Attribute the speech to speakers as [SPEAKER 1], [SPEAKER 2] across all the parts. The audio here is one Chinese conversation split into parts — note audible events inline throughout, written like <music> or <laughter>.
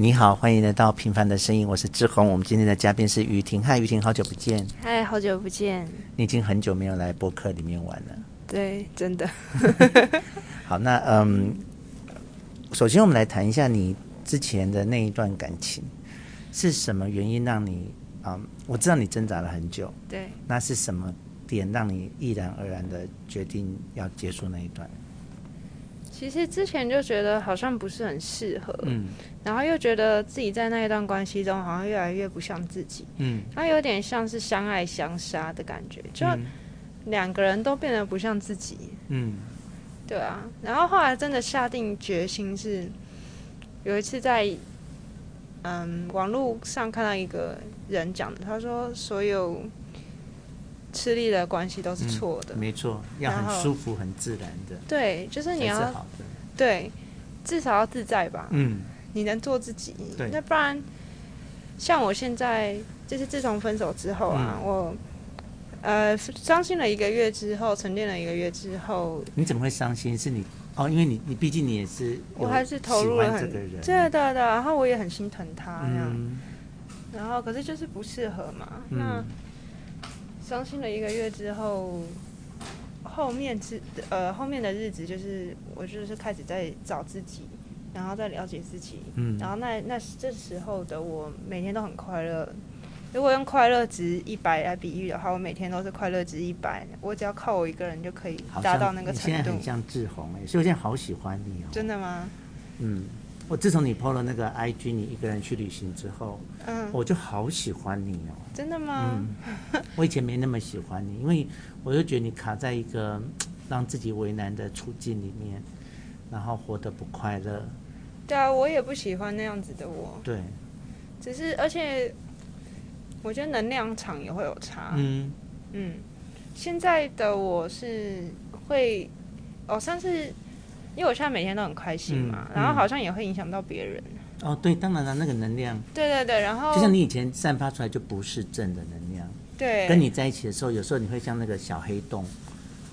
[SPEAKER 1] 你好，欢迎来到《平凡的声音》，我是志宏。我们今天的嘉宾是于婷。嗨，于婷，好久不见！
[SPEAKER 2] 嗨，哎好久不见。
[SPEAKER 1] 你已经很久没有来播客里面玩了。
[SPEAKER 2] 对，真 <laughs> 的。
[SPEAKER 1] 好，那嗯，首先我们来谈一下你之前的那一段感情，是什么原因让你啊、嗯我知道你挣扎了很久，
[SPEAKER 2] 对，
[SPEAKER 1] 那是什么点让你毅然而然的决定要结束那一段？
[SPEAKER 2] 其实之前就觉得好像不是很适合，
[SPEAKER 1] 嗯
[SPEAKER 2] 然后又觉得自己在那一段关系中好像越来越不像自己，
[SPEAKER 1] 嗯，
[SPEAKER 2] 然后有点像是相爱相杀的感觉，就两个人都变得不像自己。
[SPEAKER 1] 嗯
[SPEAKER 2] 对啊，然后后来真的下定决心是，有一次在嗯网络上看到一个人讲的，他说所有吃力的关系都是错的，
[SPEAKER 1] 没错，要
[SPEAKER 2] 然
[SPEAKER 1] 很
[SPEAKER 2] 后
[SPEAKER 1] 舒服、很自然的，
[SPEAKER 2] 对，就是你
[SPEAKER 1] 才是
[SPEAKER 2] 要
[SPEAKER 1] 好的。
[SPEAKER 2] 对，至少要自在吧，
[SPEAKER 1] 嗯
[SPEAKER 2] 你能做自己
[SPEAKER 1] 对，
[SPEAKER 2] 那不然像我现在就是自从分手之后
[SPEAKER 1] 嗯
[SPEAKER 2] 啊，我呃伤心了一个月之后，沉淀了一个月之后，
[SPEAKER 1] 你怎么会伤心？是你哦，因为你你毕竟你也是有
[SPEAKER 2] 我还是投入了
[SPEAKER 1] 喜欢
[SPEAKER 2] 很哎
[SPEAKER 1] 这个人，
[SPEAKER 2] 对啊对啊对啊，然后我也很心疼他这样，
[SPEAKER 1] 嗯
[SPEAKER 2] 然后可是就是不适合嘛。那
[SPEAKER 1] 嗯
[SPEAKER 2] 伤心了一个月之后，后面是呃后面的日子就是我就是开始在找自己，然后再了解自己，
[SPEAKER 1] 嗯
[SPEAKER 2] 然后那那这时候的我每天都很快乐。如果用快乐值一百来比喻的话，我每天都是快乐值一百，我只要靠我一个人就可以
[SPEAKER 1] 好
[SPEAKER 2] 达
[SPEAKER 1] 像
[SPEAKER 2] 到那个
[SPEAKER 1] 你
[SPEAKER 2] 程
[SPEAKER 1] 现在
[SPEAKER 2] 度
[SPEAKER 1] 很。像志宏哎，所以我现在好喜欢你哦。
[SPEAKER 2] 真
[SPEAKER 1] 的，
[SPEAKER 2] 的吗？
[SPEAKER 1] 嗯，我自从你 PO 了那个 IG，你一个人去旅行之后，
[SPEAKER 2] 嗯，
[SPEAKER 1] 我就好喜欢你哦。
[SPEAKER 2] 真的吗？
[SPEAKER 1] 我以前没那么喜欢你，因为我就觉得你卡在一个嗯让自己为难的处境里面，然后活得不快乐。
[SPEAKER 2] 对啊，我也不喜欢那样子的我，
[SPEAKER 1] 对，
[SPEAKER 2] 只是而且我觉得能量场也会有差。
[SPEAKER 1] 嗯
[SPEAKER 2] 嗯，现在的我是会，哦，上次因为我现在每天都很开心嘛，
[SPEAKER 1] 嗯
[SPEAKER 2] 然后
[SPEAKER 1] 嗯
[SPEAKER 2] 好像也会影响到别人。
[SPEAKER 1] 哦，对，当然了，那个能量，
[SPEAKER 2] 对对对，然后
[SPEAKER 1] 就像你以前散发出来就不是正的能量，
[SPEAKER 2] 对
[SPEAKER 1] 跟你在一起的时候，有时候你会像那个小黑洞，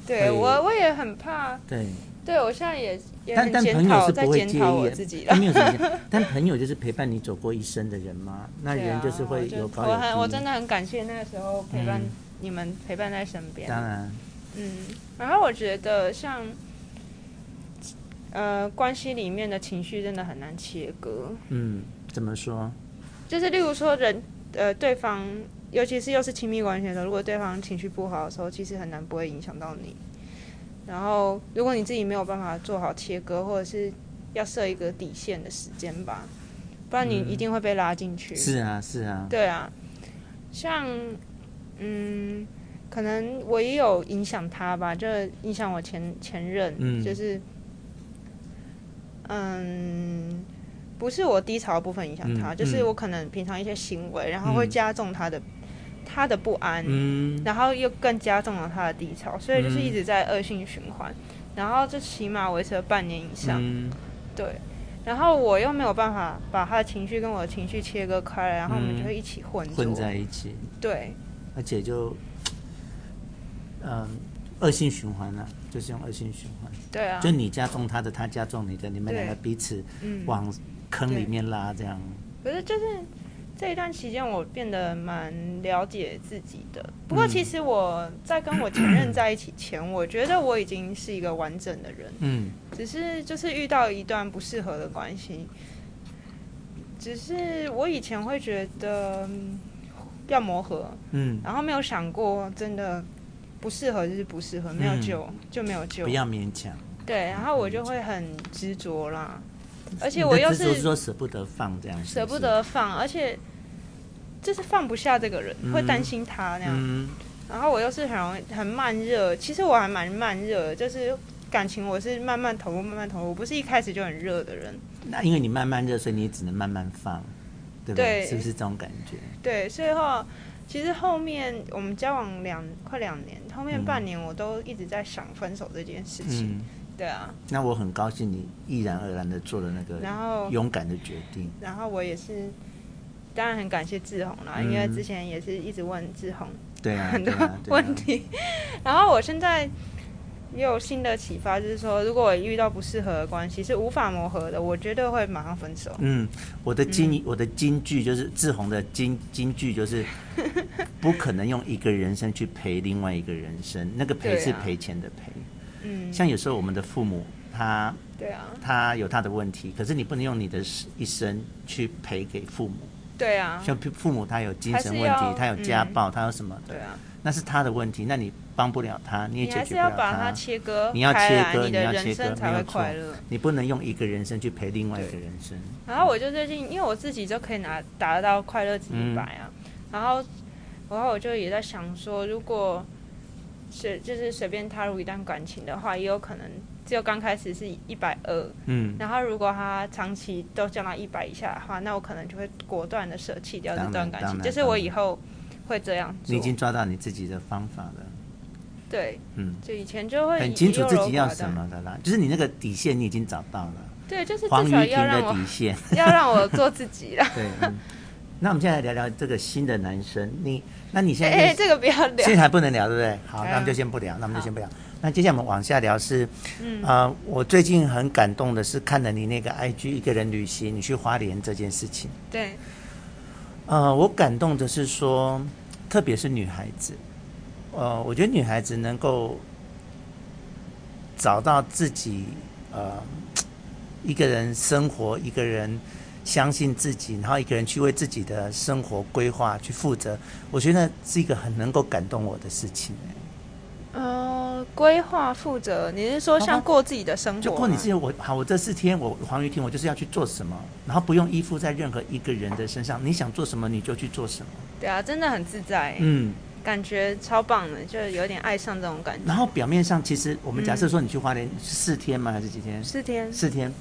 [SPEAKER 2] 对
[SPEAKER 1] 会
[SPEAKER 2] 我我也很怕，
[SPEAKER 1] 对，
[SPEAKER 2] 对我现在也也
[SPEAKER 1] 但
[SPEAKER 2] 很
[SPEAKER 1] 但
[SPEAKER 2] 检
[SPEAKER 1] 朋友
[SPEAKER 2] 讨，
[SPEAKER 1] 是
[SPEAKER 2] 在
[SPEAKER 1] 不会
[SPEAKER 2] 检
[SPEAKER 1] 介
[SPEAKER 2] 讨我
[SPEAKER 1] 意
[SPEAKER 2] 自己
[SPEAKER 1] 的，哎
[SPEAKER 2] 了
[SPEAKER 1] 他。没有什么意见，但朋友就是陪伴你走过一生的人
[SPEAKER 2] <laughs>
[SPEAKER 1] 嘛，那
[SPEAKER 2] 对
[SPEAKER 1] 人
[SPEAKER 2] 啊
[SPEAKER 1] 就是
[SPEAKER 2] 我
[SPEAKER 1] 会有高
[SPEAKER 2] 我很我
[SPEAKER 1] 有低
[SPEAKER 2] 真，的很感谢那个时候陪伴、
[SPEAKER 1] 嗯
[SPEAKER 2] 你们陪伴在身边。
[SPEAKER 1] 当然，
[SPEAKER 2] 嗯，然后我觉得像，呃，关系里面的情绪真的很难切割，
[SPEAKER 1] 嗯，怎么说？
[SPEAKER 2] 就是例如说人，呃，对方，尤其是又是亲密关系的时候，如果对方情绪不好的时候，其实很难不会影响到你。然后，如果你自己没有办法做好切割，或者是要设一个底线的时间吧，不然你一定会被拉进去。
[SPEAKER 1] 是啊，是啊，
[SPEAKER 2] 对啊，像嗯，可能我也有影响他吧，就影响我前前任，
[SPEAKER 1] 嗯
[SPEAKER 2] 就是嗯，不是我低潮的部分影响他，
[SPEAKER 1] 嗯
[SPEAKER 2] 就是
[SPEAKER 1] 嗯
[SPEAKER 2] 我可能平常一些行为，然后会加重他的、他的不安，
[SPEAKER 1] 嗯，
[SPEAKER 2] 然后又更加重了他的低潮，所以就是
[SPEAKER 1] 嗯
[SPEAKER 2] 一直在恶性循环，然后这起码维持了半年以上。
[SPEAKER 1] 嗯，
[SPEAKER 2] 对，然后我又没有办法把他的情绪跟我的情绪切割开来，然后我们
[SPEAKER 1] 嗯
[SPEAKER 2] 就会一起混浊
[SPEAKER 1] 混在一起，
[SPEAKER 2] 对
[SPEAKER 1] 而且就，嗯，恶性循环了、就是用恶性循环，
[SPEAKER 2] 对啊
[SPEAKER 1] 就，你加重他的，他加重你的，你们
[SPEAKER 2] 对
[SPEAKER 1] 两个彼此
[SPEAKER 2] 嗯。
[SPEAKER 1] 往坑里
[SPEAKER 2] 对
[SPEAKER 1] 面拉，这样，
[SPEAKER 2] 可是就是这一段期间，我变得蛮了解自己的。
[SPEAKER 1] 嗯
[SPEAKER 2] 不过其实我在跟我前任在一起前，我觉得我已经是一个完整的人，
[SPEAKER 1] 嗯
[SPEAKER 2] 只是就是遇到一段不适合的关系。只是我以前会觉得嗯要磨合，
[SPEAKER 1] 嗯，
[SPEAKER 2] 然后没有想过，真的不适合就是不适合，没有
[SPEAKER 1] 嗯
[SPEAKER 2] 救、就没有救
[SPEAKER 1] 不。要勉强。
[SPEAKER 2] 对，然后我就会很执着啦，而且
[SPEAKER 1] 你
[SPEAKER 2] 我
[SPEAKER 1] 的
[SPEAKER 2] 又
[SPEAKER 1] 执着
[SPEAKER 2] 是
[SPEAKER 1] 是说舍不得放这样，是
[SPEAKER 2] 舍
[SPEAKER 1] 是
[SPEAKER 2] 不得放，而且就是放不下这个人，
[SPEAKER 1] 嗯
[SPEAKER 2] 会担心他那样。
[SPEAKER 1] 嗯
[SPEAKER 2] 然后我又是很容易很慢热，其实我还蛮慢热的，就是感情我是慢慢投入，慢慢投入，我不是一开始就很热的人。
[SPEAKER 1] 那因为你慢慢热，所以你也只能慢慢放，对不
[SPEAKER 2] 对
[SPEAKER 1] 是不是这种感觉？
[SPEAKER 2] 对，所以后其实后面我们交往两快两年，后面
[SPEAKER 1] 嗯
[SPEAKER 2] 半年我都一直在想分手这件事情。
[SPEAKER 1] 嗯，
[SPEAKER 2] 对啊，
[SPEAKER 1] 那我很高兴你毅然而然的做了那
[SPEAKER 2] 然
[SPEAKER 1] 个
[SPEAKER 2] 后
[SPEAKER 1] 勇敢的决定。
[SPEAKER 2] 然后我也是。当然很感谢志宏
[SPEAKER 1] 嗯
[SPEAKER 2] 啦，因为之前也是一直问志宏 <laughs>
[SPEAKER 1] 对啊，
[SPEAKER 2] 很多
[SPEAKER 1] 对啊对啊
[SPEAKER 2] 问题。然后我现在也有新的启发，就是说，如果我遇到不适合的关系是无法磨合的，我绝对会马上分手。
[SPEAKER 1] 嗯，我的金、我的金句就是志宏的金金句就是，
[SPEAKER 2] <laughs>
[SPEAKER 1] 不可能用一个人生去赔另外一个人生，那个赔
[SPEAKER 2] 对
[SPEAKER 1] 是
[SPEAKER 2] 啊
[SPEAKER 1] 赔钱的赔。
[SPEAKER 2] 嗯，
[SPEAKER 1] 像有时候我们的父母，他
[SPEAKER 2] 对啊，
[SPEAKER 1] 他有他的问题，可是你不能用你的一生去赔给父母。
[SPEAKER 2] 对啊，
[SPEAKER 1] 像父母他有精神问
[SPEAKER 2] 还是
[SPEAKER 1] 题
[SPEAKER 2] 要，嗯
[SPEAKER 1] 他有家暴，他有什么
[SPEAKER 2] 对
[SPEAKER 1] 的，
[SPEAKER 2] 啊，
[SPEAKER 1] 那是他的问题，那你帮不了他，你也
[SPEAKER 2] 你
[SPEAKER 1] 解
[SPEAKER 2] 还
[SPEAKER 1] 决
[SPEAKER 2] 是
[SPEAKER 1] 不
[SPEAKER 2] 要
[SPEAKER 1] 了
[SPEAKER 2] 把它切割
[SPEAKER 1] 你要
[SPEAKER 2] 开
[SPEAKER 1] 切
[SPEAKER 2] 来，
[SPEAKER 1] 割，
[SPEAKER 2] 你
[SPEAKER 1] 要
[SPEAKER 2] 的
[SPEAKER 1] 切
[SPEAKER 2] 人
[SPEAKER 1] 割，
[SPEAKER 2] 生才
[SPEAKER 1] 没有
[SPEAKER 2] 会
[SPEAKER 1] 错
[SPEAKER 2] 快乐。
[SPEAKER 1] 你不能用一个人生去赔另外一个人生。
[SPEAKER 2] 然后我就最近，因为我自己就可以拿达到快乐值一百啊，然后，然后我就也在想说，如果随就是随便踏入一段感情的话，也有可能只有刚开始是一百二，
[SPEAKER 1] 嗯，
[SPEAKER 2] 然后如果他长期都降到一百以下的话，那我可能就会果断的舍弃掉这
[SPEAKER 1] 当
[SPEAKER 2] 段
[SPEAKER 1] 然
[SPEAKER 2] 感
[SPEAKER 1] 当
[SPEAKER 2] 情，
[SPEAKER 1] 然
[SPEAKER 2] 就是我以后会这样做。
[SPEAKER 1] 你已经抓到你自己的方法了，
[SPEAKER 2] 对，
[SPEAKER 1] 嗯，
[SPEAKER 2] 就以前就会
[SPEAKER 1] 很清楚
[SPEAKER 2] 优
[SPEAKER 1] 自
[SPEAKER 2] 柔
[SPEAKER 1] 己要
[SPEAKER 2] 寡
[SPEAKER 1] 什
[SPEAKER 2] 断，
[SPEAKER 1] 么的啦，就是你那个底线你已经找到了，
[SPEAKER 2] 对，就是至
[SPEAKER 1] 黄
[SPEAKER 2] 少
[SPEAKER 1] 于婷
[SPEAKER 2] 要让
[SPEAKER 1] 的
[SPEAKER 2] 我
[SPEAKER 1] 底线。
[SPEAKER 2] <laughs> 要让我做自己啦。
[SPEAKER 1] 对，嗯那我们现在来聊聊这个新的男生，你，那你 <laughs> 现在
[SPEAKER 2] 哎、
[SPEAKER 1] 认识
[SPEAKER 2] 这个不要聊
[SPEAKER 1] 现。在还不能聊，对不对？好，
[SPEAKER 2] 对啊
[SPEAKER 1] 那我们就先不聊，那我们就先不聊。那接下来我们往下聊是，
[SPEAKER 2] 嗯
[SPEAKER 1] 呃，我最近很感动的是看了你那个 IG 一个人旅行，你去花莲这件事情。
[SPEAKER 2] 对，
[SPEAKER 1] 呃，我感动的是说，特别是女孩子，呃，我觉得女孩子能够找到自己，呃，一个人生活，一个人相信自己，然后一个人去为自己的生活规划去负责，我觉得是一个很能够感动我的事情、欸
[SPEAKER 2] 呃，规划负责，你是说像过自己的生活吗？
[SPEAKER 1] 就过你自己，我好，我这四天我黄于婷，我就是要去做什么，然后不用依附在任何一个人的身上，你想做什么你就去做什么。
[SPEAKER 2] 对啊，真的很自在，
[SPEAKER 1] 嗯，
[SPEAKER 2] 感觉超棒的，就有点爱上这种感觉。
[SPEAKER 1] 然后表面上其实我们假设
[SPEAKER 2] 嗯
[SPEAKER 1] 说你去花莲四天吗？还是几天？
[SPEAKER 2] 四天，
[SPEAKER 1] 四天，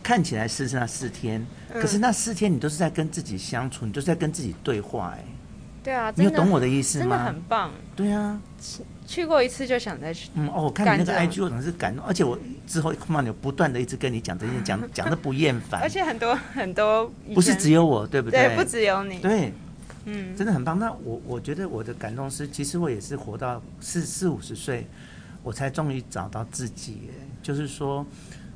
[SPEAKER 1] 看起来是那四天，
[SPEAKER 2] 嗯
[SPEAKER 1] 可是那四天你都是在跟自己相处，你都是在跟自己对话、哎，
[SPEAKER 2] 对啊，
[SPEAKER 1] 你有
[SPEAKER 2] 真的
[SPEAKER 1] 懂我的意思
[SPEAKER 2] 真的
[SPEAKER 1] 吗
[SPEAKER 2] 很？棒。
[SPEAKER 1] 对啊，
[SPEAKER 2] 去过一次就想再去，
[SPEAKER 1] 嗯，哦，我看你那个
[SPEAKER 2] 感动
[SPEAKER 1] IG 我总是感动，而且我之后看到你不断的一直跟你讲这些，讲
[SPEAKER 2] <laughs>
[SPEAKER 1] 讲的不厌烦
[SPEAKER 2] 而，且很多很多以前，
[SPEAKER 1] 不是只有我，对不
[SPEAKER 2] 对，不只有你，
[SPEAKER 1] 对，
[SPEAKER 2] 嗯，
[SPEAKER 1] 真的很棒。那我我觉得我的感动是，其实我也是活到四四五十岁，我才终于找到自己耶。就是说，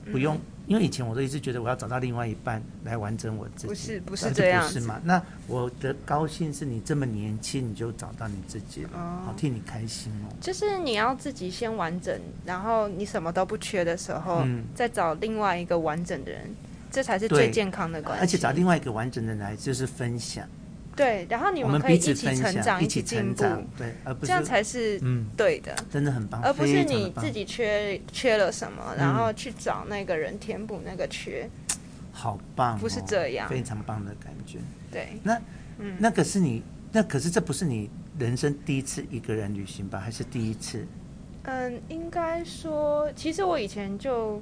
[SPEAKER 2] 嗯
[SPEAKER 1] 不用，因为以前我都一直觉得我要找到另外一半来完整我自己，
[SPEAKER 2] 不是不是
[SPEAKER 1] 但
[SPEAKER 2] 这样
[SPEAKER 1] 不是
[SPEAKER 2] 子
[SPEAKER 1] 嘛？那我的高兴是你这么年轻你就找到你自己了，
[SPEAKER 2] 哦
[SPEAKER 1] 好替你开心哦。
[SPEAKER 2] 就是你要自己先完整，然后你什么都不缺的时候，
[SPEAKER 1] 嗯
[SPEAKER 2] 再找另外一个完整的人，这才是
[SPEAKER 1] 对
[SPEAKER 2] 最健康的关系。
[SPEAKER 1] 而且找另外一个完整的来就是分享，
[SPEAKER 2] 对，然后你
[SPEAKER 1] 我们
[SPEAKER 2] 可以
[SPEAKER 1] 彼此
[SPEAKER 2] 一起
[SPEAKER 1] 分
[SPEAKER 2] 成
[SPEAKER 1] 享，
[SPEAKER 2] 长，
[SPEAKER 1] 一起
[SPEAKER 2] 起进
[SPEAKER 1] 成
[SPEAKER 2] 步，
[SPEAKER 1] 长，对，而不
[SPEAKER 2] 这
[SPEAKER 1] 是
[SPEAKER 2] 样才是
[SPEAKER 1] 嗯，
[SPEAKER 2] 对的。
[SPEAKER 1] 真的很棒，
[SPEAKER 2] 而不是
[SPEAKER 1] 非常
[SPEAKER 2] 你
[SPEAKER 1] 的棒嗯
[SPEAKER 2] 自己缺缺了什么，然后去找那个人填补那个缺。
[SPEAKER 1] 好棒哦、
[SPEAKER 2] 不是这样
[SPEAKER 1] 非常棒的感觉。
[SPEAKER 2] 对，
[SPEAKER 1] 那
[SPEAKER 2] 嗯
[SPEAKER 1] 那个是你，那可是这不是你人生第一次一个人旅行吧？还是第一次？
[SPEAKER 2] 嗯，应该说，其实我以前就，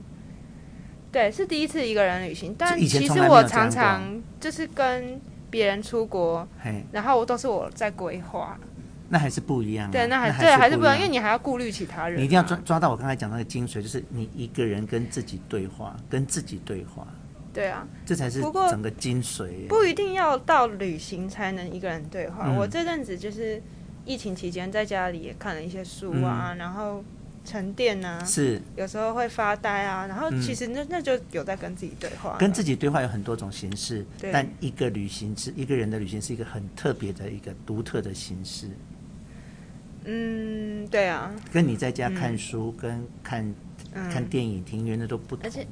[SPEAKER 2] 对，是第一次一个人旅行，但
[SPEAKER 1] 以前
[SPEAKER 2] 其
[SPEAKER 1] 从
[SPEAKER 2] 实
[SPEAKER 1] 来没有
[SPEAKER 2] 我
[SPEAKER 1] 这样
[SPEAKER 2] 常
[SPEAKER 1] 过
[SPEAKER 2] 常就是跟别人出国，
[SPEAKER 1] 嘿，
[SPEAKER 2] 然后都是我在规划。
[SPEAKER 1] 那还是不一样、啊。
[SPEAKER 2] 对，那还
[SPEAKER 1] 嗯还
[SPEAKER 2] 对还是
[SPEAKER 1] 不
[SPEAKER 2] 不
[SPEAKER 1] 一
[SPEAKER 2] 一
[SPEAKER 1] 样，
[SPEAKER 2] 样，因为你还要顾虑其他人啊、
[SPEAKER 1] 你一定要抓抓到我刚才讲那个精髓，就是你一个人跟自己对话，跟自己对话，
[SPEAKER 2] 对啊，
[SPEAKER 1] 这才是
[SPEAKER 2] 不过
[SPEAKER 1] 整个精髓耶。
[SPEAKER 2] 不一定要到旅行才能一个人对话。
[SPEAKER 1] 嗯
[SPEAKER 2] 我这阵子就是疫情期间在家里也看了一些书啊，然后沉淀啊，
[SPEAKER 1] 嗯是
[SPEAKER 2] 有时候会发呆啊，然后
[SPEAKER 1] 嗯
[SPEAKER 2] 其实那、那就有在跟自己对话了，
[SPEAKER 1] 跟自己对话有很多种形式，
[SPEAKER 2] 对
[SPEAKER 1] 但一个旅行是一个人的旅行是一个很特别的一个独特的形式，
[SPEAKER 2] 嗯，对啊，
[SPEAKER 1] 跟你在家看书、跟看看
[SPEAKER 2] 嗯，
[SPEAKER 1] 电影、庭院的都不同。
[SPEAKER 2] 而且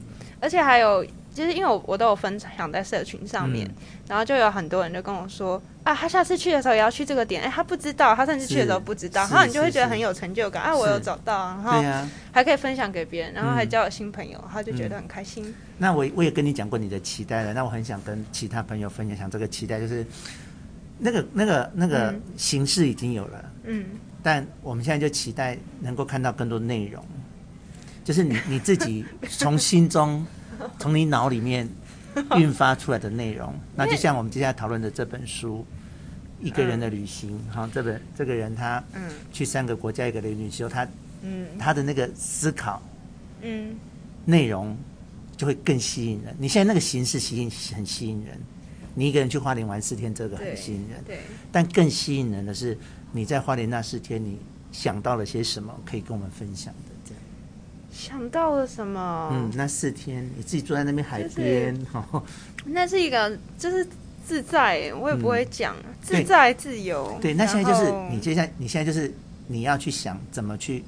[SPEAKER 2] 而且还有就是因为我我都有分享在社群上
[SPEAKER 1] 嗯
[SPEAKER 2] 面，然后就有很多人就跟我说啊，他下次去的时候也要去这个点，哎，他不知道，他上次去的时候不知道，
[SPEAKER 1] 是
[SPEAKER 2] 然后你就会
[SPEAKER 1] 是
[SPEAKER 2] 觉得
[SPEAKER 1] 是
[SPEAKER 2] 很有成就感，啊，
[SPEAKER 1] 是
[SPEAKER 2] 我有找到啊，然
[SPEAKER 1] 对
[SPEAKER 2] 后
[SPEAKER 1] 呀、
[SPEAKER 2] 还可以分享给别人，然后还
[SPEAKER 1] 嗯
[SPEAKER 2] 交了新朋友，他就觉得很开心，
[SPEAKER 1] 那我我也跟你讲过你的期待了，那我很想跟其他朋友分享这个期待，就是那个那个那个
[SPEAKER 2] 嗯
[SPEAKER 1] 形式已经有了，
[SPEAKER 2] 嗯，
[SPEAKER 1] 但我们现在就期待能够看到更多内容，就是你你自己从心
[SPEAKER 2] <laughs>
[SPEAKER 1] 中、从你脑里面运发出来的内
[SPEAKER 2] <laughs>
[SPEAKER 1] 容。那就像我们接下来讨论的这本书《一个人的旅行》，好，这本这个人他
[SPEAKER 2] 嗯
[SPEAKER 1] 去三个国家一个旅行之后，他
[SPEAKER 2] 嗯
[SPEAKER 1] 他的那个思考
[SPEAKER 2] 嗯，
[SPEAKER 1] 内容就会更吸引人。你现在那个形式吸引很吸引人，你一个人去花莲玩四天，这个
[SPEAKER 2] 对
[SPEAKER 1] 很吸引人。
[SPEAKER 2] 对，
[SPEAKER 1] 但更吸引人的是，你在花莲那四天，你想到了些什么可以跟我们分享的？这样
[SPEAKER 2] 想到了什么？
[SPEAKER 1] 嗯，那四天你自己坐在那边海边，
[SPEAKER 2] <laughs>
[SPEAKER 1] 哦，
[SPEAKER 2] 那是一个就是自在，我也不会讲、自
[SPEAKER 1] 对
[SPEAKER 2] 在自由。
[SPEAKER 1] 嗯对，那现在就是
[SPEAKER 2] 然后
[SPEAKER 1] 你接下来，你现在就是你要去想怎么去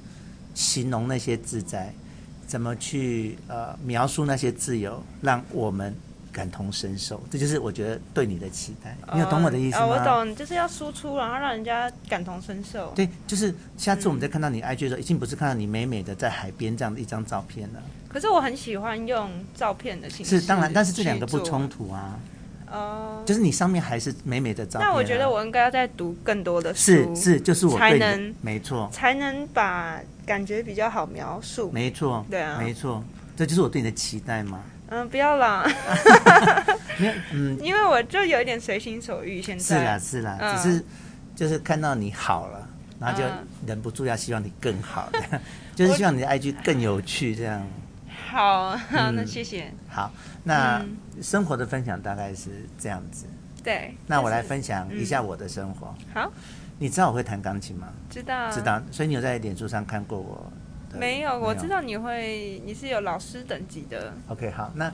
[SPEAKER 1] 形容那些自在，怎么去呃描述那些自由，让我们感同身受，这就是我觉得对你的期待。你有懂我的意思吗？
[SPEAKER 2] 哦、我懂，就是要输出，然后让人家感同身受。
[SPEAKER 1] 对，就是下次我们再看到你 IG
[SPEAKER 2] 嗯
[SPEAKER 1] 的时候，已经不是看到你美美的在海边这样的一张照片了。
[SPEAKER 2] 可是我很喜欢用照片的形式
[SPEAKER 1] 是
[SPEAKER 2] 去做，
[SPEAKER 1] 当然，但是这两个不冲突啊，
[SPEAKER 2] 哦。
[SPEAKER 1] 就是你上面还是美美的照片啊、
[SPEAKER 2] 那我觉得我应该要再读更多的
[SPEAKER 1] 是
[SPEAKER 2] 书，
[SPEAKER 1] 是，就是我对
[SPEAKER 2] 才
[SPEAKER 1] 你的
[SPEAKER 2] 能
[SPEAKER 1] 没错
[SPEAKER 2] 才能把感觉比较好描述。
[SPEAKER 1] 没错，
[SPEAKER 2] 对啊
[SPEAKER 1] 没错，这就是我对你的期待嘛。
[SPEAKER 2] 嗯，不
[SPEAKER 1] <laughs>
[SPEAKER 2] 要啦，
[SPEAKER 1] 因为嗯，
[SPEAKER 2] 因为我就有一点随心所欲。现
[SPEAKER 1] 是啦
[SPEAKER 2] 在
[SPEAKER 1] 是啦，
[SPEAKER 2] 嗯
[SPEAKER 1] 只是就是看到你好了，然后就
[SPEAKER 2] 嗯
[SPEAKER 1] 忍不住要希望你更好
[SPEAKER 2] <laughs>
[SPEAKER 1] 的， <laughs> 就是希望你的 IG 更有趣这样。
[SPEAKER 2] 好， <laughs> 那
[SPEAKER 1] 嗯
[SPEAKER 2] 谢谢。
[SPEAKER 1] 好，那
[SPEAKER 2] 嗯
[SPEAKER 1] 生活的分享大概是这样子。
[SPEAKER 2] 对，
[SPEAKER 1] 那我来
[SPEAKER 2] 就是
[SPEAKER 1] 分享一下我的生活。
[SPEAKER 2] 嗯好，
[SPEAKER 1] 你知道我会弹钢琴吗？
[SPEAKER 2] 知道
[SPEAKER 1] 知道，所以你有在脸书上看过我的？
[SPEAKER 2] 没有？我知。道你会，你是有老师等级的，
[SPEAKER 1] OK，好，那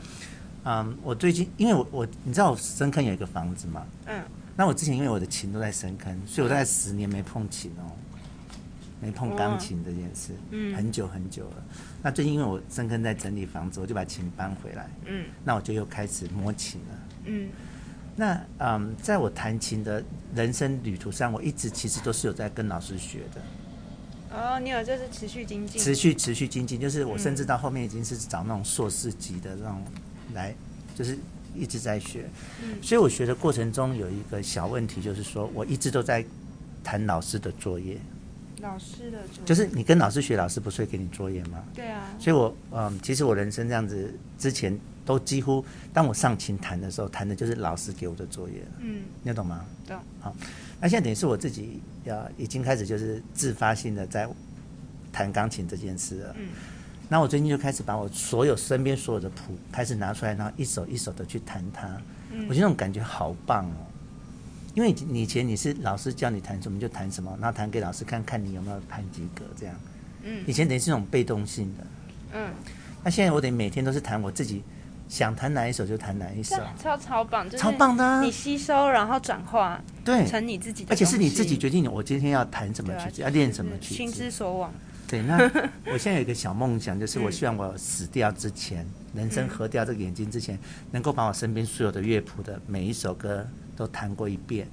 [SPEAKER 1] 嗯，我最近因为我我你知道我深坑有一个房子嘛，
[SPEAKER 2] 嗯，
[SPEAKER 1] 那我之前因为我的琴都在深坑，所以我大概十年没碰琴哦，没碰
[SPEAKER 2] 哇
[SPEAKER 1] 钢琴这件事，
[SPEAKER 2] 嗯
[SPEAKER 1] 很久很久了。那最近因为我深坑在整理房子，我就把琴搬回来，
[SPEAKER 2] 嗯
[SPEAKER 1] 那我就又开始摸琴了。
[SPEAKER 2] 嗯
[SPEAKER 1] 那嗯，在我弹琴的人生旅途上，我一直其实都是有在跟老师学的，
[SPEAKER 2] 哦，你有就是持续精进，
[SPEAKER 1] 持续持续精进，就是我甚至到后面已经是找那种硕士级的那种来，就是一直在学。所以我学的过程中有一个小问题，就是说我一直都在谈老师的作业，
[SPEAKER 2] 老师的主
[SPEAKER 1] 就是你跟老师学，老师不是会给你作业吗？
[SPEAKER 2] 对啊，
[SPEAKER 1] 所以我嗯，其实我人生这样子之前都几乎，当我上琴弹的时候，弹的就是老师给我的作业了，
[SPEAKER 2] 嗯，
[SPEAKER 1] 你懂吗？
[SPEAKER 2] 懂，
[SPEAKER 1] 那现在等于是我自己呃已经开始就是自发性的在弹钢琴这件事了。
[SPEAKER 2] 嗯。
[SPEAKER 1] 那我最近就开始把我所有身边所有的谱开始拿出来，然后一首一首的去弹它。
[SPEAKER 2] 嗯
[SPEAKER 1] 我觉得那种感觉好棒哦。因为你以前你是老师叫你弹什么就弹什么，然后弹给老师看看你有没有弹及格这样。
[SPEAKER 2] 嗯
[SPEAKER 1] 以前等于是那种被动性的，
[SPEAKER 2] 嗯，
[SPEAKER 1] 那现在我得每天都是弹我自己想弹哪一首就弹哪一
[SPEAKER 2] 这
[SPEAKER 1] 首，
[SPEAKER 2] 样超超棒，就是
[SPEAKER 1] 啊超棒的啊
[SPEAKER 2] 你吸收然后转化
[SPEAKER 1] 对，
[SPEAKER 2] 成你自己的
[SPEAKER 1] 而
[SPEAKER 2] 东西，
[SPEAKER 1] 且是你自己决定我今天要弹什么
[SPEAKER 2] 对
[SPEAKER 1] 曲
[SPEAKER 2] 啊
[SPEAKER 1] 子，
[SPEAKER 2] 就是
[SPEAKER 1] 要练什么曲
[SPEAKER 2] 心
[SPEAKER 1] 子
[SPEAKER 2] 之。所往，
[SPEAKER 1] 对，
[SPEAKER 2] <laughs>
[SPEAKER 1] 那我现在有一个小梦想，就是我希望我死掉之前，人生合掉这个眼睛之前，能够把我身边所有的乐谱的每一首歌都弹过一遍。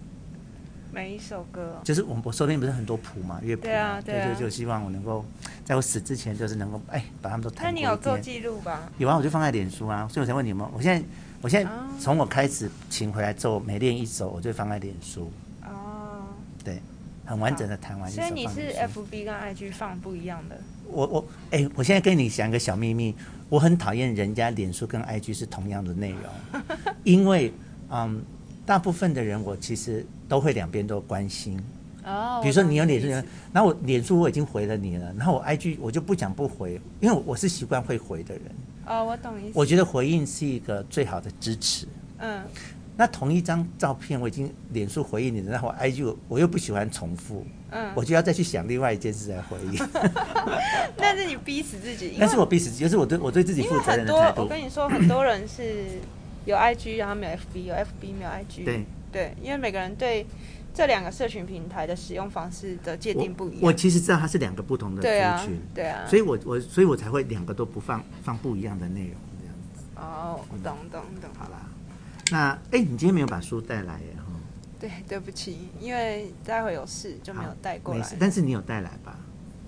[SPEAKER 2] 每一首歌，
[SPEAKER 1] 就是我们我手边不是很多谱嘛，乐谱嘛，
[SPEAKER 2] 对啊对啊
[SPEAKER 1] 就就希望我能够在我死之前，就是能够哎把他们都
[SPEAKER 2] 那
[SPEAKER 1] 弹过
[SPEAKER 2] 你
[SPEAKER 1] 一
[SPEAKER 2] 有做
[SPEAKER 1] 遍。
[SPEAKER 2] 记录吧？
[SPEAKER 1] 有啊，我就放在脸书啊，所以我才问你们。我现在我现在
[SPEAKER 2] 哦
[SPEAKER 1] 从我开始琴回来之后，每练一首，我就放在脸书，
[SPEAKER 2] 哦，
[SPEAKER 1] 对，很完整的弹完一首
[SPEAKER 2] 所
[SPEAKER 1] 放
[SPEAKER 2] 以
[SPEAKER 1] 脸
[SPEAKER 2] 你
[SPEAKER 1] 书。
[SPEAKER 2] 是 FB 跟 IG 放不一样的，
[SPEAKER 1] 我我哎、我现在跟你讲一个小秘密，我很讨厌人家脸书跟 IG 是同样的内
[SPEAKER 2] <laughs>
[SPEAKER 1] 容，因为嗯，大部分的人我其实都会两边都关心。
[SPEAKER 2] 哦，
[SPEAKER 1] 比如说你有
[SPEAKER 2] 我懂
[SPEAKER 1] 脸
[SPEAKER 2] 的
[SPEAKER 1] 书
[SPEAKER 2] 意思，
[SPEAKER 1] 然后我脸书我已经回了你了，然后我 IG 我就不讲不回，因为我我是习惯会回的人，
[SPEAKER 2] 哦，我懂意思，
[SPEAKER 1] 我觉得回应是一个最好的支持。
[SPEAKER 2] 嗯
[SPEAKER 1] 那同一张照片，我已经脸书回应你了，然后我 IG 我我又不喜欢重复，
[SPEAKER 2] 嗯，
[SPEAKER 1] 我就要再去想另外一件事来
[SPEAKER 2] <laughs>
[SPEAKER 1] 回应。
[SPEAKER 2] 那是你逼死自己，因为
[SPEAKER 1] 但是我逼死自己，就是我对我对自己
[SPEAKER 2] 因为
[SPEAKER 1] 负责
[SPEAKER 2] 很
[SPEAKER 1] 任的
[SPEAKER 2] 多
[SPEAKER 1] 态，
[SPEAKER 2] 我
[SPEAKER 1] 度。
[SPEAKER 2] 跟你说，很多人是有 IG，然后没有 FB，有 FB 没有 IG。
[SPEAKER 1] 对
[SPEAKER 2] 对，因为每个人对这两个社群平台的使用方式的界定不一样。
[SPEAKER 1] 我其实知道它是两个不同的
[SPEAKER 2] 对啊
[SPEAKER 1] 族群，，
[SPEAKER 2] 对啊。
[SPEAKER 1] 所
[SPEAKER 2] 以
[SPEAKER 1] 以我我所以我才会两个都不放放不一样的内容这样子，
[SPEAKER 2] 哦，我懂懂懂。
[SPEAKER 1] 好啦。那哎，你今天没有把书带来耶哈？
[SPEAKER 2] 对，对不起，因为待会有事就没有带过
[SPEAKER 1] 没
[SPEAKER 2] 来
[SPEAKER 1] 事。但是你有带来吧？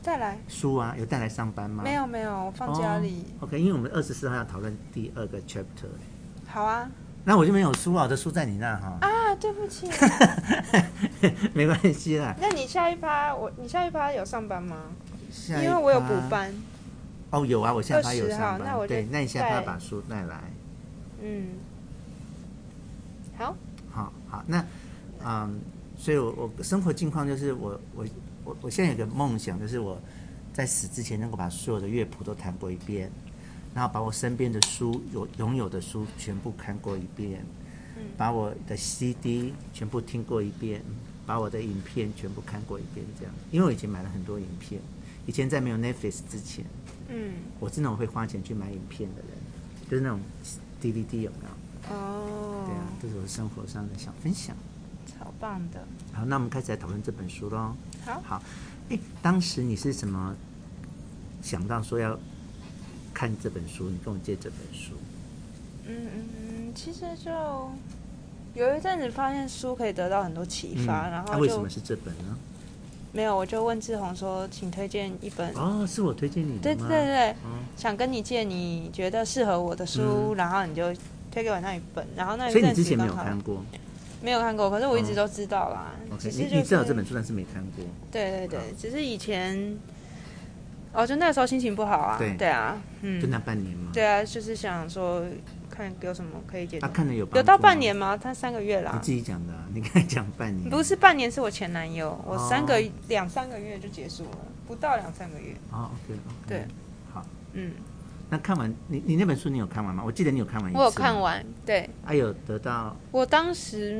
[SPEAKER 2] 再来，
[SPEAKER 1] 书啊，有带来上班吗？
[SPEAKER 2] 没有没有，我放家里。
[SPEAKER 1] 哦 OK，因为我们二十四号要讨论第二个 chapter，哎
[SPEAKER 2] 好啊
[SPEAKER 1] 那我就没有书啊，我的书在你那哈， <laughs>
[SPEAKER 2] 啊，对不起。
[SPEAKER 1] 没关系啦。
[SPEAKER 2] 那你下一趴，我你下一趴有上班吗？
[SPEAKER 1] 因
[SPEAKER 2] 因为我有补。班。
[SPEAKER 1] 哦，有啊，我下巴有
[SPEAKER 2] 20号
[SPEAKER 1] 上班。
[SPEAKER 2] 那我就
[SPEAKER 1] 对，那你下巴
[SPEAKER 2] 带
[SPEAKER 1] 把书带来。
[SPEAKER 2] 嗯。好，
[SPEAKER 1] 好好，那嗯，所以我我生活境况就是我我我我现在有个梦想，就是我在死之前能够把所有的乐谱都弹过一遍，然后把我身边的书有拥有的书全部看过一遍，把我的 CD 全部听过一遍，把我的影片全部看过一遍，这样，因为我以前买了很多影片，以前在没有 Netflix 之前，
[SPEAKER 2] 嗯，
[SPEAKER 1] 我是那种会花钱去买影片的人，就是那种 DVD 有没有？
[SPEAKER 2] 哦，
[SPEAKER 1] 对啊，这是我生活上的小分享。
[SPEAKER 2] 超棒的，
[SPEAKER 1] 好，那我们开始来讨论这本书喽。
[SPEAKER 2] 好，
[SPEAKER 1] 好，哎，当时你是怎么想到说要看这本书？你跟我借这本书？
[SPEAKER 2] 嗯嗯嗯，其实就有一阵子发现书可以得到很多启发，
[SPEAKER 1] 嗯
[SPEAKER 2] 然
[SPEAKER 1] 那
[SPEAKER 2] 后
[SPEAKER 1] 为什
[SPEAKER 2] 就
[SPEAKER 1] 么是这本呢？
[SPEAKER 2] 没有，我就问志宏说，请推荐一本，
[SPEAKER 1] 哦，是我推荐你
[SPEAKER 2] 对
[SPEAKER 1] 的吗？
[SPEAKER 2] 嗯对对对，
[SPEAKER 1] 哦
[SPEAKER 2] 想跟你借你觉得适合我的书，然后你就推给我那一本，然后那
[SPEAKER 1] 嗯
[SPEAKER 2] 一
[SPEAKER 1] 所以你
[SPEAKER 2] 阵
[SPEAKER 1] 之
[SPEAKER 2] 子
[SPEAKER 1] 前没
[SPEAKER 2] 刚
[SPEAKER 1] 有
[SPEAKER 2] 好
[SPEAKER 1] 看过
[SPEAKER 2] 没有看过，可是我一直
[SPEAKER 1] 哦
[SPEAKER 2] 都知道啦，
[SPEAKER 1] ，OK？
[SPEAKER 2] 只
[SPEAKER 1] 你
[SPEAKER 2] 是
[SPEAKER 1] 你
[SPEAKER 2] 就
[SPEAKER 1] 知道
[SPEAKER 2] 是
[SPEAKER 1] 这本书，但是没看过。
[SPEAKER 2] 对对对
[SPEAKER 1] 好，
[SPEAKER 2] 只是以前，哦，就那时候心情不好啊，
[SPEAKER 1] 对
[SPEAKER 2] 啊，
[SPEAKER 1] 就
[SPEAKER 2] 嗯，
[SPEAKER 1] 那半年吗？
[SPEAKER 2] 对啊，就是想说看有什么可以解决
[SPEAKER 1] 啊，，看了有帮
[SPEAKER 2] 有到
[SPEAKER 1] 助吗
[SPEAKER 2] 半年，吗？他三个月
[SPEAKER 1] 你
[SPEAKER 2] 啦
[SPEAKER 1] 自，己讲的啊，你刚才讲半年，
[SPEAKER 2] 不是半年，是我前男友，我
[SPEAKER 1] 哦
[SPEAKER 2] 三个两、三个月就结束了，不到两三个月，
[SPEAKER 1] 哦，OK OK，
[SPEAKER 2] 对，
[SPEAKER 1] 好，
[SPEAKER 2] 嗯，
[SPEAKER 1] 那看完你你那本书你有看完吗？我记得你有看完一次，
[SPEAKER 2] 我有看，完，对
[SPEAKER 1] 啊，有得到
[SPEAKER 2] 我当时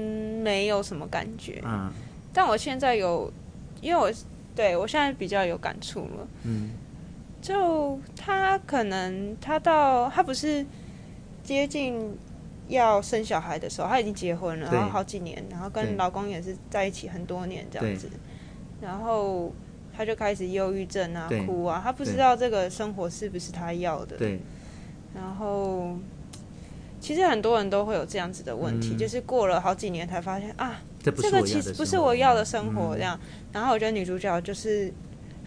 [SPEAKER 2] 没有什么感觉，
[SPEAKER 1] 嗯
[SPEAKER 2] 但我现在有，因为我对我现在比较有感触了。
[SPEAKER 1] 嗯
[SPEAKER 2] 就他可能他到他不是接近要生小孩的时候，他已经结婚了，
[SPEAKER 1] 对
[SPEAKER 2] 然后好几年，然后
[SPEAKER 1] 对
[SPEAKER 2] 跟老公也是在一起很多年这
[SPEAKER 1] 对
[SPEAKER 2] 样子，然后他就开始忧郁症啊
[SPEAKER 1] 对、
[SPEAKER 2] 哭啊，他不
[SPEAKER 1] 对
[SPEAKER 2] 知道这个生活是不是他要的。
[SPEAKER 1] 对，
[SPEAKER 2] 然后其实很多人都会有这样子的问题，
[SPEAKER 1] 嗯
[SPEAKER 2] 就是过了好几年才发现啊，
[SPEAKER 1] 这不是
[SPEAKER 2] 这
[SPEAKER 1] 我要的
[SPEAKER 2] 个其
[SPEAKER 1] 生
[SPEAKER 2] 实
[SPEAKER 1] 活，
[SPEAKER 2] 不是我要的生活
[SPEAKER 1] 嗯
[SPEAKER 2] 这样。然后我觉得女主角就是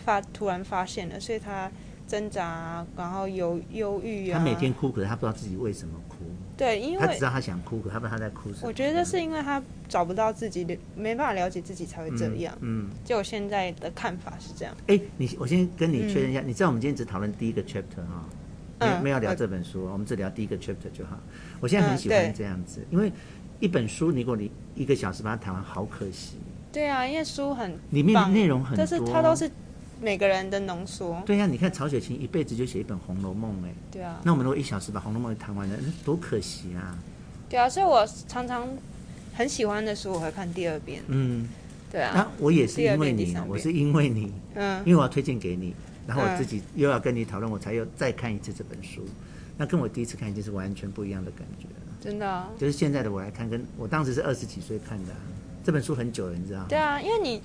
[SPEAKER 2] 发突然发现了，所以她挣扎啊，然后忧忧郁啊。
[SPEAKER 1] 他每天哭，可是他不知道自己为什么哭，
[SPEAKER 2] 对，因
[SPEAKER 1] 他只
[SPEAKER 2] 为
[SPEAKER 1] 知道他想哭，可他不知道他在哭什么。
[SPEAKER 2] 我觉得是因为她找不到自己的，没办法了解自己才会
[SPEAKER 1] 嗯
[SPEAKER 2] 这样。
[SPEAKER 1] 嗯，
[SPEAKER 2] 就我现在的看法是这样。
[SPEAKER 1] 哎，你我先跟你确认一下，你知道我们今天只讨论第一个 chapter 哈，没有
[SPEAKER 2] 嗯
[SPEAKER 1] 没有聊
[SPEAKER 2] 我
[SPEAKER 1] 这本书，我们只聊第一个 chapter 就好。我现在很
[SPEAKER 2] 嗯
[SPEAKER 1] 喜欢
[SPEAKER 2] 对
[SPEAKER 1] 这样子，因为一本书如果你一个小时把它谈完，好可惜。
[SPEAKER 2] 对啊，因为书很
[SPEAKER 1] 里面的
[SPEAKER 2] 棒
[SPEAKER 1] 内容很多，
[SPEAKER 2] 但是它都是每个人的浓缩。
[SPEAKER 1] 对呀、你看曹雪芹一辈子就写一本《红楼梦》哎，
[SPEAKER 2] 对啊。
[SPEAKER 1] 那我们如果一小时把《红楼梦》谈完了，那多可惜啊！
[SPEAKER 2] 对啊，所以我常常很喜欢的书，我会看第二遍。
[SPEAKER 1] 嗯，
[SPEAKER 2] 对
[SPEAKER 1] 那、
[SPEAKER 2] 啊，
[SPEAKER 1] 我也是
[SPEAKER 2] 第二
[SPEAKER 1] 因为
[SPEAKER 2] 遍嗯第
[SPEAKER 1] 你啊
[SPEAKER 2] 三，
[SPEAKER 1] 我
[SPEAKER 2] 遍
[SPEAKER 1] 是因为你，
[SPEAKER 2] 嗯，
[SPEAKER 1] 因为我要推荐给你，然后我
[SPEAKER 2] 嗯
[SPEAKER 1] 自己又要跟你讨论，我才又再看一次这本书。那跟我第一次看已经是完全不一样的感觉了。
[SPEAKER 2] 真的、啊。
[SPEAKER 1] 就是现在的我来看，跟我当时是二十几岁看的啊、这本书很久了，你知道吗？
[SPEAKER 2] 对啊，因为你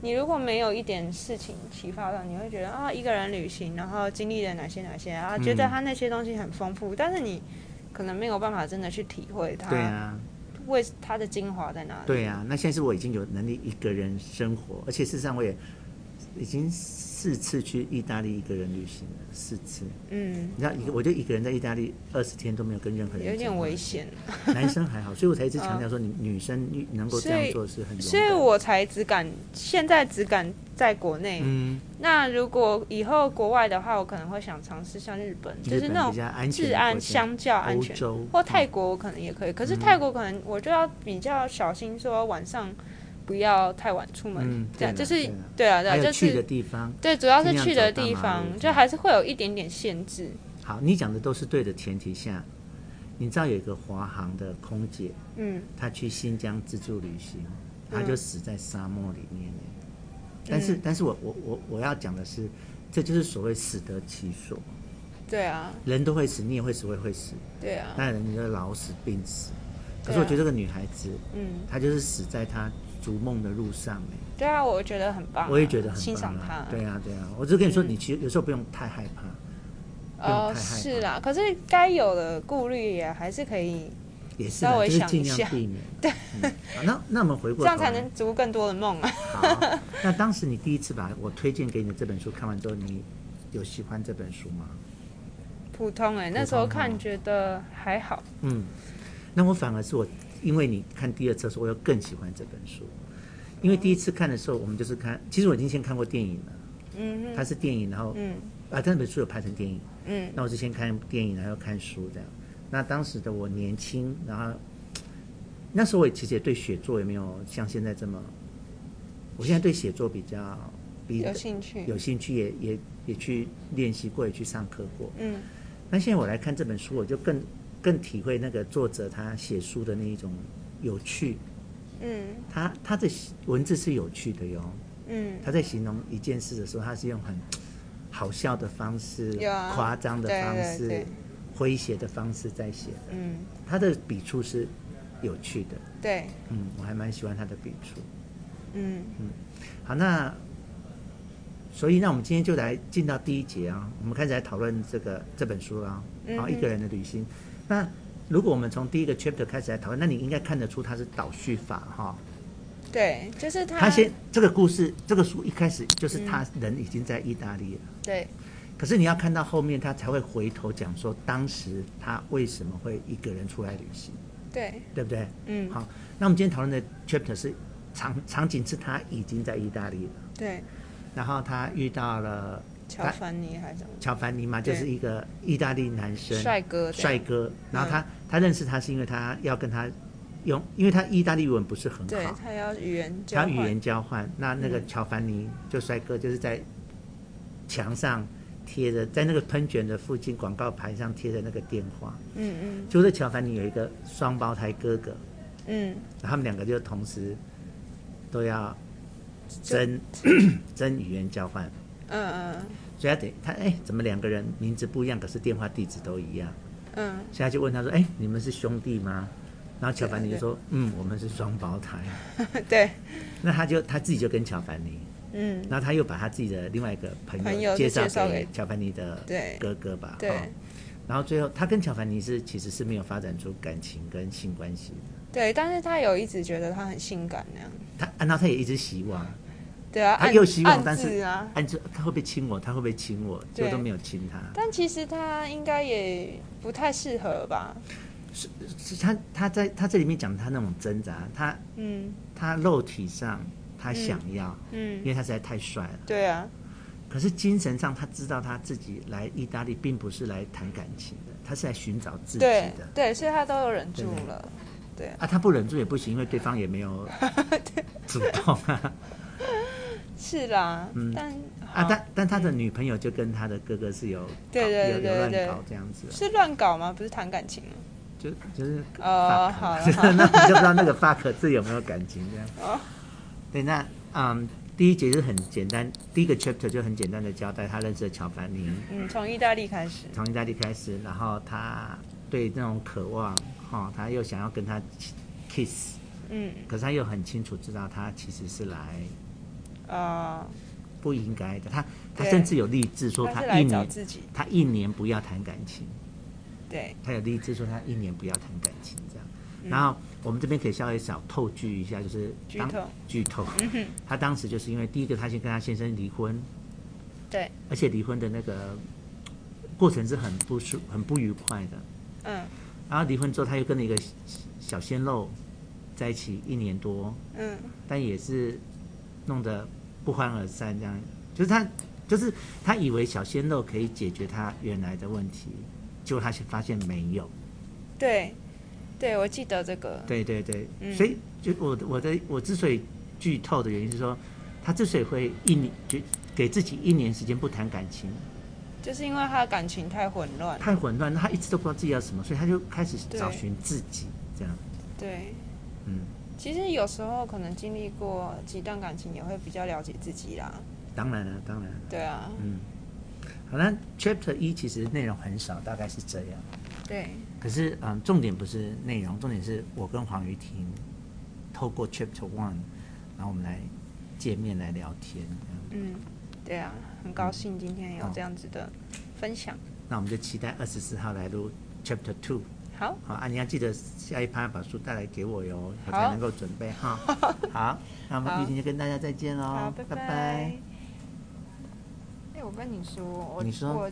[SPEAKER 2] 你如果没有一点事情启发到，你会觉得啊，一个人旅行，然后经历了哪些哪些啊，觉得
[SPEAKER 1] 嗯
[SPEAKER 2] 他那些东西很丰富，但是你可能没有办法真的去体会
[SPEAKER 1] 对
[SPEAKER 2] 它
[SPEAKER 1] 啊，
[SPEAKER 2] 为它的精华在哪里。
[SPEAKER 1] 对啊。那现在是我已经有能力一个人生活，而且事实上我也已经四次去意大利一个人旅行了，四次。
[SPEAKER 2] 嗯，
[SPEAKER 1] 你知道，一个我就一个人在意大利二十天都没有跟任何人，
[SPEAKER 2] 有点危。险，啊
[SPEAKER 1] <laughs> 男生还好，所以我才一直强调说，你女生能够这样做是很勇敢的。
[SPEAKER 2] 呃所以我才只敢现在只敢在国内。
[SPEAKER 1] 嗯，
[SPEAKER 2] 那如果以后国外的话，我可能会想尝试像日本，就
[SPEAKER 1] 日
[SPEAKER 2] 是
[SPEAKER 1] 本
[SPEAKER 2] 那
[SPEAKER 1] 比
[SPEAKER 2] 种
[SPEAKER 1] 较安全的
[SPEAKER 2] 治安
[SPEAKER 1] 国家
[SPEAKER 2] 相较安
[SPEAKER 1] 欧
[SPEAKER 2] 全，
[SPEAKER 1] 洲
[SPEAKER 2] 或泰国我可能也可以。可
[SPEAKER 1] 嗯
[SPEAKER 2] 是泰国可能我就要比较小心，说晚上不要太晚出门，
[SPEAKER 1] 嗯
[SPEAKER 2] 这样
[SPEAKER 1] 对
[SPEAKER 2] 就
[SPEAKER 1] 啦
[SPEAKER 2] 是
[SPEAKER 1] 对啦
[SPEAKER 2] 对啊，对
[SPEAKER 1] 嗯还
[SPEAKER 2] 啊，
[SPEAKER 1] 有
[SPEAKER 2] 就
[SPEAKER 1] 去的
[SPEAKER 2] 是
[SPEAKER 1] 地方。
[SPEAKER 2] 对，主要是
[SPEAKER 1] 尽量
[SPEAKER 2] 去
[SPEAKER 1] 走
[SPEAKER 2] 的
[SPEAKER 1] 大
[SPEAKER 2] 地
[SPEAKER 1] 马
[SPEAKER 2] 方
[SPEAKER 1] 路
[SPEAKER 2] 就还是会有一点点限制。
[SPEAKER 1] 好，你讲的都是对的前提下，你知道有一个华航的空姐，
[SPEAKER 2] 嗯，
[SPEAKER 1] 她去新疆自助旅行，她
[SPEAKER 2] 嗯
[SPEAKER 1] 就死在沙漠里面耶。但是，但是我我我我要讲的是，这就是所谓死得其所，
[SPEAKER 2] 对啊，
[SPEAKER 1] 人都会死，你也会死，我也会死，
[SPEAKER 2] 对啊，
[SPEAKER 1] 当然人就老死病死。可
[SPEAKER 2] 对
[SPEAKER 1] 是我
[SPEAKER 2] 啊
[SPEAKER 1] 觉得这个女孩子，
[SPEAKER 2] 嗯，
[SPEAKER 1] 她就是死在她逐梦的路上、欸、
[SPEAKER 2] 对啊，我觉得很棒啊、
[SPEAKER 1] 我也觉得很棒、啊、
[SPEAKER 2] 欣赏哦他。
[SPEAKER 1] 对啊，对啊，我就跟你说，你其实有时候不用太害怕。不用
[SPEAKER 2] 哦，
[SPEAKER 1] 太害怕
[SPEAKER 2] 是啦，可是该有的顾虑也还是可以，
[SPEAKER 1] 也是
[SPEAKER 2] 稍
[SPEAKER 1] 啦，
[SPEAKER 2] 微
[SPEAKER 1] 就是
[SPEAKER 2] 想
[SPEAKER 1] 尽
[SPEAKER 2] 一
[SPEAKER 1] 量
[SPEAKER 2] 下
[SPEAKER 1] 避免。对，好那那我们回
[SPEAKER 2] 这
[SPEAKER 1] 过头
[SPEAKER 2] 样才
[SPEAKER 1] 来
[SPEAKER 2] 能，足更多的梦啊。
[SPEAKER 1] 好。
[SPEAKER 2] <laughs>
[SPEAKER 1] 那当时你第一次把我推荐给你的这本书看完之后，你有喜欢这本书吗？
[SPEAKER 2] 普通哎、那时候看觉得还好。
[SPEAKER 1] 嗯，那我反而是我因为你看第二次的时候，我又更喜欢这本书，因为第一次看的时候，我们就是看，其实我已经先看过电影了，
[SPEAKER 2] 嗯
[SPEAKER 1] 它是电影，然后
[SPEAKER 2] 嗯
[SPEAKER 1] 啊，但那本书有拍成电影，
[SPEAKER 2] 嗯
[SPEAKER 1] 那我就先看电影，然后看书这样。那当时的我年轻，然后那时候我其实也对写作也没有像现在这么，我现在对写作比较比
[SPEAKER 2] 有兴趣
[SPEAKER 1] 有兴趣也也也去练习过，也去上课过。
[SPEAKER 2] 嗯
[SPEAKER 1] 那现在我来看这本书，我就更更体会那个作者他写书的那一种有趣，
[SPEAKER 2] 嗯
[SPEAKER 1] 他他的文字是有趣的哟。
[SPEAKER 2] 嗯
[SPEAKER 1] 他在形容一件事的时候，他是用很好笑的方式、
[SPEAKER 2] 有啊
[SPEAKER 1] 夸张的
[SPEAKER 2] 对
[SPEAKER 1] 方
[SPEAKER 2] 对
[SPEAKER 1] 式、
[SPEAKER 2] 对
[SPEAKER 1] 诙谐的方式在写的，
[SPEAKER 2] 嗯，
[SPEAKER 1] 他的笔触是有趣的，
[SPEAKER 2] 对，
[SPEAKER 1] 嗯，我还蛮喜欢他的笔触。
[SPEAKER 2] 嗯，
[SPEAKER 1] 好，那所以那我们今天就来进到第一节啊，我们开始来讨论这个这本书啊，
[SPEAKER 2] 嗯
[SPEAKER 1] 啊，
[SPEAKER 2] 嗯
[SPEAKER 1] 一个人的旅行。那如果我们从第一个 chapter 开始来讨论，那你应该看得出它是倒叙法哈。
[SPEAKER 2] 对，就是他，
[SPEAKER 1] 他先这个故事，这个书一开始就是他人已经在意大利了，
[SPEAKER 2] 对，
[SPEAKER 1] 可是你要看到后面，他才会回头讲说当时他为什么会一个人出来旅行，
[SPEAKER 2] 对，
[SPEAKER 1] 对不对？
[SPEAKER 2] 嗯，
[SPEAKER 1] 好，那我们今天讨论的 chapter 是场场景是他已经在意大利了。
[SPEAKER 2] 对，
[SPEAKER 1] 然后他遇到了
[SPEAKER 2] 乔
[SPEAKER 1] 他
[SPEAKER 2] 凡尼还是什么
[SPEAKER 1] 乔凡尼嘛，
[SPEAKER 2] 对
[SPEAKER 1] 就是一个意大利男生，
[SPEAKER 2] 帅哥嗯这
[SPEAKER 1] 帅
[SPEAKER 2] 样，
[SPEAKER 1] 哥。然后他、他认识他是因为他要跟他用，因为他意大利文不是很
[SPEAKER 2] 对
[SPEAKER 1] 好，
[SPEAKER 2] 他要语言交
[SPEAKER 1] 他
[SPEAKER 2] 换，
[SPEAKER 1] 语言交换。那那个
[SPEAKER 2] 嗯
[SPEAKER 1] 乔凡尼就帅哥，就是在墙上贴着，在那个喷卷的附近广告牌上贴着那个电话。
[SPEAKER 2] 嗯
[SPEAKER 1] 就是乔凡尼有一个双胞胎哥哥，
[SPEAKER 2] 嗯嗯，
[SPEAKER 1] 然后他们两个就同时都要
[SPEAKER 2] 就 <coughs>
[SPEAKER 1] 争争语言交换。
[SPEAKER 2] 嗯嗯
[SPEAKER 1] 所以他得他哎，怎么两个人名字不一样，可是电话地址都一样？
[SPEAKER 2] 嗯，
[SPEAKER 1] 所以他就问他说：“哎，你们是兄弟吗？”然后乔凡尼就说：“嗯，我们是双胞胎。
[SPEAKER 2] 嗯 <laughs> 对，”
[SPEAKER 1] 那他就他自己就跟乔凡尼，
[SPEAKER 2] 嗯，
[SPEAKER 1] 然后他又把他自己的另外一个朋
[SPEAKER 2] 朋
[SPEAKER 1] 友
[SPEAKER 2] 友
[SPEAKER 1] 介
[SPEAKER 2] 就
[SPEAKER 1] 绍
[SPEAKER 2] 介绍
[SPEAKER 1] 给
[SPEAKER 2] 给
[SPEAKER 1] 乔凡尼的
[SPEAKER 2] 对
[SPEAKER 1] 哥哥吧。
[SPEAKER 2] 对
[SPEAKER 1] 哦然后最后他跟乔凡尼是其实是没有发展出感情跟性关系的，
[SPEAKER 2] 对，但是他有一直觉得他很性感那样，
[SPEAKER 1] 他啊然后他也一直希望，
[SPEAKER 2] 对啊，
[SPEAKER 1] 他
[SPEAKER 2] 暗
[SPEAKER 1] 又希望，
[SPEAKER 2] 暗
[SPEAKER 1] 但
[SPEAKER 2] 自
[SPEAKER 1] 是
[SPEAKER 2] 啊，
[SPEAKER 1] 按住他会不会亲我？他会不会亲我？结果
[SPEAKER 2] 对
[SPEAKER 1] 都没有亲他。
[SPEAKER 2] 但其实他应该也不太适合吧，
[SPEAKER 1] 是他他在他这里面讲他那种挣扎，他
[SPEAKER 2] 嗯
[SPEAKER 1] 他肉体上他想要，因
[SPEAKER 2] 嗯，
[SPEAKER 1] 为他实在太帅了。
[SPEAKER 2] 对啊，
[SPEAKER 1] 可是精神上，他知道他自己来意大利并不是来谈感情的，他是来寻找自己
[SPEAKER 2] 对
[SPEAKER 1] 的。
[SPEAKER 2] 对，所以他都有忍住
[SPEAKER 1] 对
[SPEAKER 2] 了，
[SPEAKER 1] 啊，他不忍住也不行，因为对方也没
[SPEAKER 2] <laughs>
[SPEAKER 1] 有主动啊。
[SPEAKER 2] 是啦，
[SPEAKER 1] 嗯
[SPEAKER 2] 但
[SPEAKER 1] 啊，
[SPEAKER 2] 好
[SPEAKER 1] 但但他的女朋友就跟他的哥哥是有搞
[SPEAKER 2] 哦嗯对对
[SPEAKER 1] 有
[SPEAKER 2] 对
[SPEAKER 1] 有
[SPEAKER 2] 对
[SPEAKER 1] 乱
[SPEAKER 2] 对
[SPEAKER 1] 搞这样子，
[SPEAKER 2] 是乱搞吗？不是谈感情吗？
[SPEAKER 1] 就就是
[SPEAKER 2] 哦，
[SPEAKER 1] fuck
[SPEAKER 2] 好了，
[SPEAKER 1] 就是
[SPEAKER 2] 好了
[SPEAKER 1] <laughs> 那你就不知道那个 fuck 字有没有感情这样。
[SPEAKER 2] 哦
[SPEAKER 1] 对，那嗯，第一节就很简单，第一个 chapter 就很简单的交代他认识了乔凡尼，
[SPEAKER 2] 嗯，从意大利开始，
[SPEAKER 1] 从意大利开始，然后他对那种渴望，哈、他又想要跟他 kiss，
[SPEAKER 2] 嗯
[SPEAKER 1] 可是他又很清楚知道他其实是来
[SPEAKER 2] 啊、
[SPEAKER 1] 不应该的，他他
[SPEAKER 2] 对
[SPEAKER 1] 甚至有励志说
[SPEAKER 2] 他
[SPEAKER 1] 他
[SPEAKER 2] 是
[SPEAKER 1] 一
[SPEAKER 2] 来找
[SPEAKER 1] 年
[SPEAKER 2] 自己，
[SPEAKER 1] 他一年不要谈感情，
[SPEAKER 2] 对，
[SPEAKER 1] 他有励志说他一年不要谈感情这样。
[SPEAKER 2] 嗯
[SPEAKER 1] 然后我们这边可以稍微少透剧一下，就是
[SPEAKER 2] 剧
[SPEAKER 1] 当
[SPEAKER 2] 透
[SPEAKER 1] 剧透，
[SPEAKER 2] 嗯哼，
[SPEAKER 1] 他当时就是因为第一个，他先跟他先生离婚，
[SPEAKER 2] 对，
[SPEAKER 1] 而且离婚的那个过程是很不舒、很不愉快的。
[SPEAKER 2] 嗯
[SPEAKER 1] 然后离婚之后，他又跟了一个小鲜肉在一起一年多，
[SPEAKER 2] 嗯，
[SPEAKER 1] 但也是弄得不欢而散。这样，就是他，就是他以为小鲜肉可以解决他原来的问题，结果他却发现没有。
[SPEAKER 2] 对，对，我记得这个，
[SPEAKER 1] 对对对，
[SPEAKER 2] 嗯
[SPEAKER 1] 所以就我我的我之所以剧透的原因是说，他之所以会一年就给自己一年时间不谈感情，
[SPEAKER 2] 就是因为他的感情太混乱，
[SPEAKER 1] 太混乱，他一直都不知道自己要什么，所以他就开始
[SPEAKER 2] 对
[SPEAKER 1] 找寻自己，这样，
[SPEAKER 2] 对，
[SPEAKER 1] 嗯，
[SPEAKER 2] 其实有时候可能经历过几段感情，也会比较了解自己啦，
[SPEAKER 1] 当然了，当然了，
[SPEAKER 2] 对啊，
[SPEAKER 1] 嗯，好那 Chapter 一其实内容很少，大概是这样，
[SPEAKER 2] 对，
[SPEAKER 1] 可是嗯，重点不是内容，重点是我跟黄瑜婷透过 Chapter One，然后我们来见面来聊天，这样
[SPEAKER 2] 嗯，对啊，很高兴今
[SPEAKER 1] 嗯
[SPEAKER 2] 天有这样子的分享，
[SPEAKER 1] 那我们就期待二十四号来录 Chapter Two。
[SPEAKER 2] 好，
[SPEAKER 1] 好啊，你要记得下一趴把书带来给我哟，我才
[SPEAKER 2] 好
[SPEAKER 1] 能够准备哈。好，那我们
[SPEAKER 2] 好
[SPEAKER 1] 玉婷就跟大家再见喽
[SPEAKER 2] 好，，
[SPEAKER 1] 拜
[SPEAKER 2] 拜。哎、我跟你说，我
[SPEAKER 1] 你说
[SPEAKER 2] 我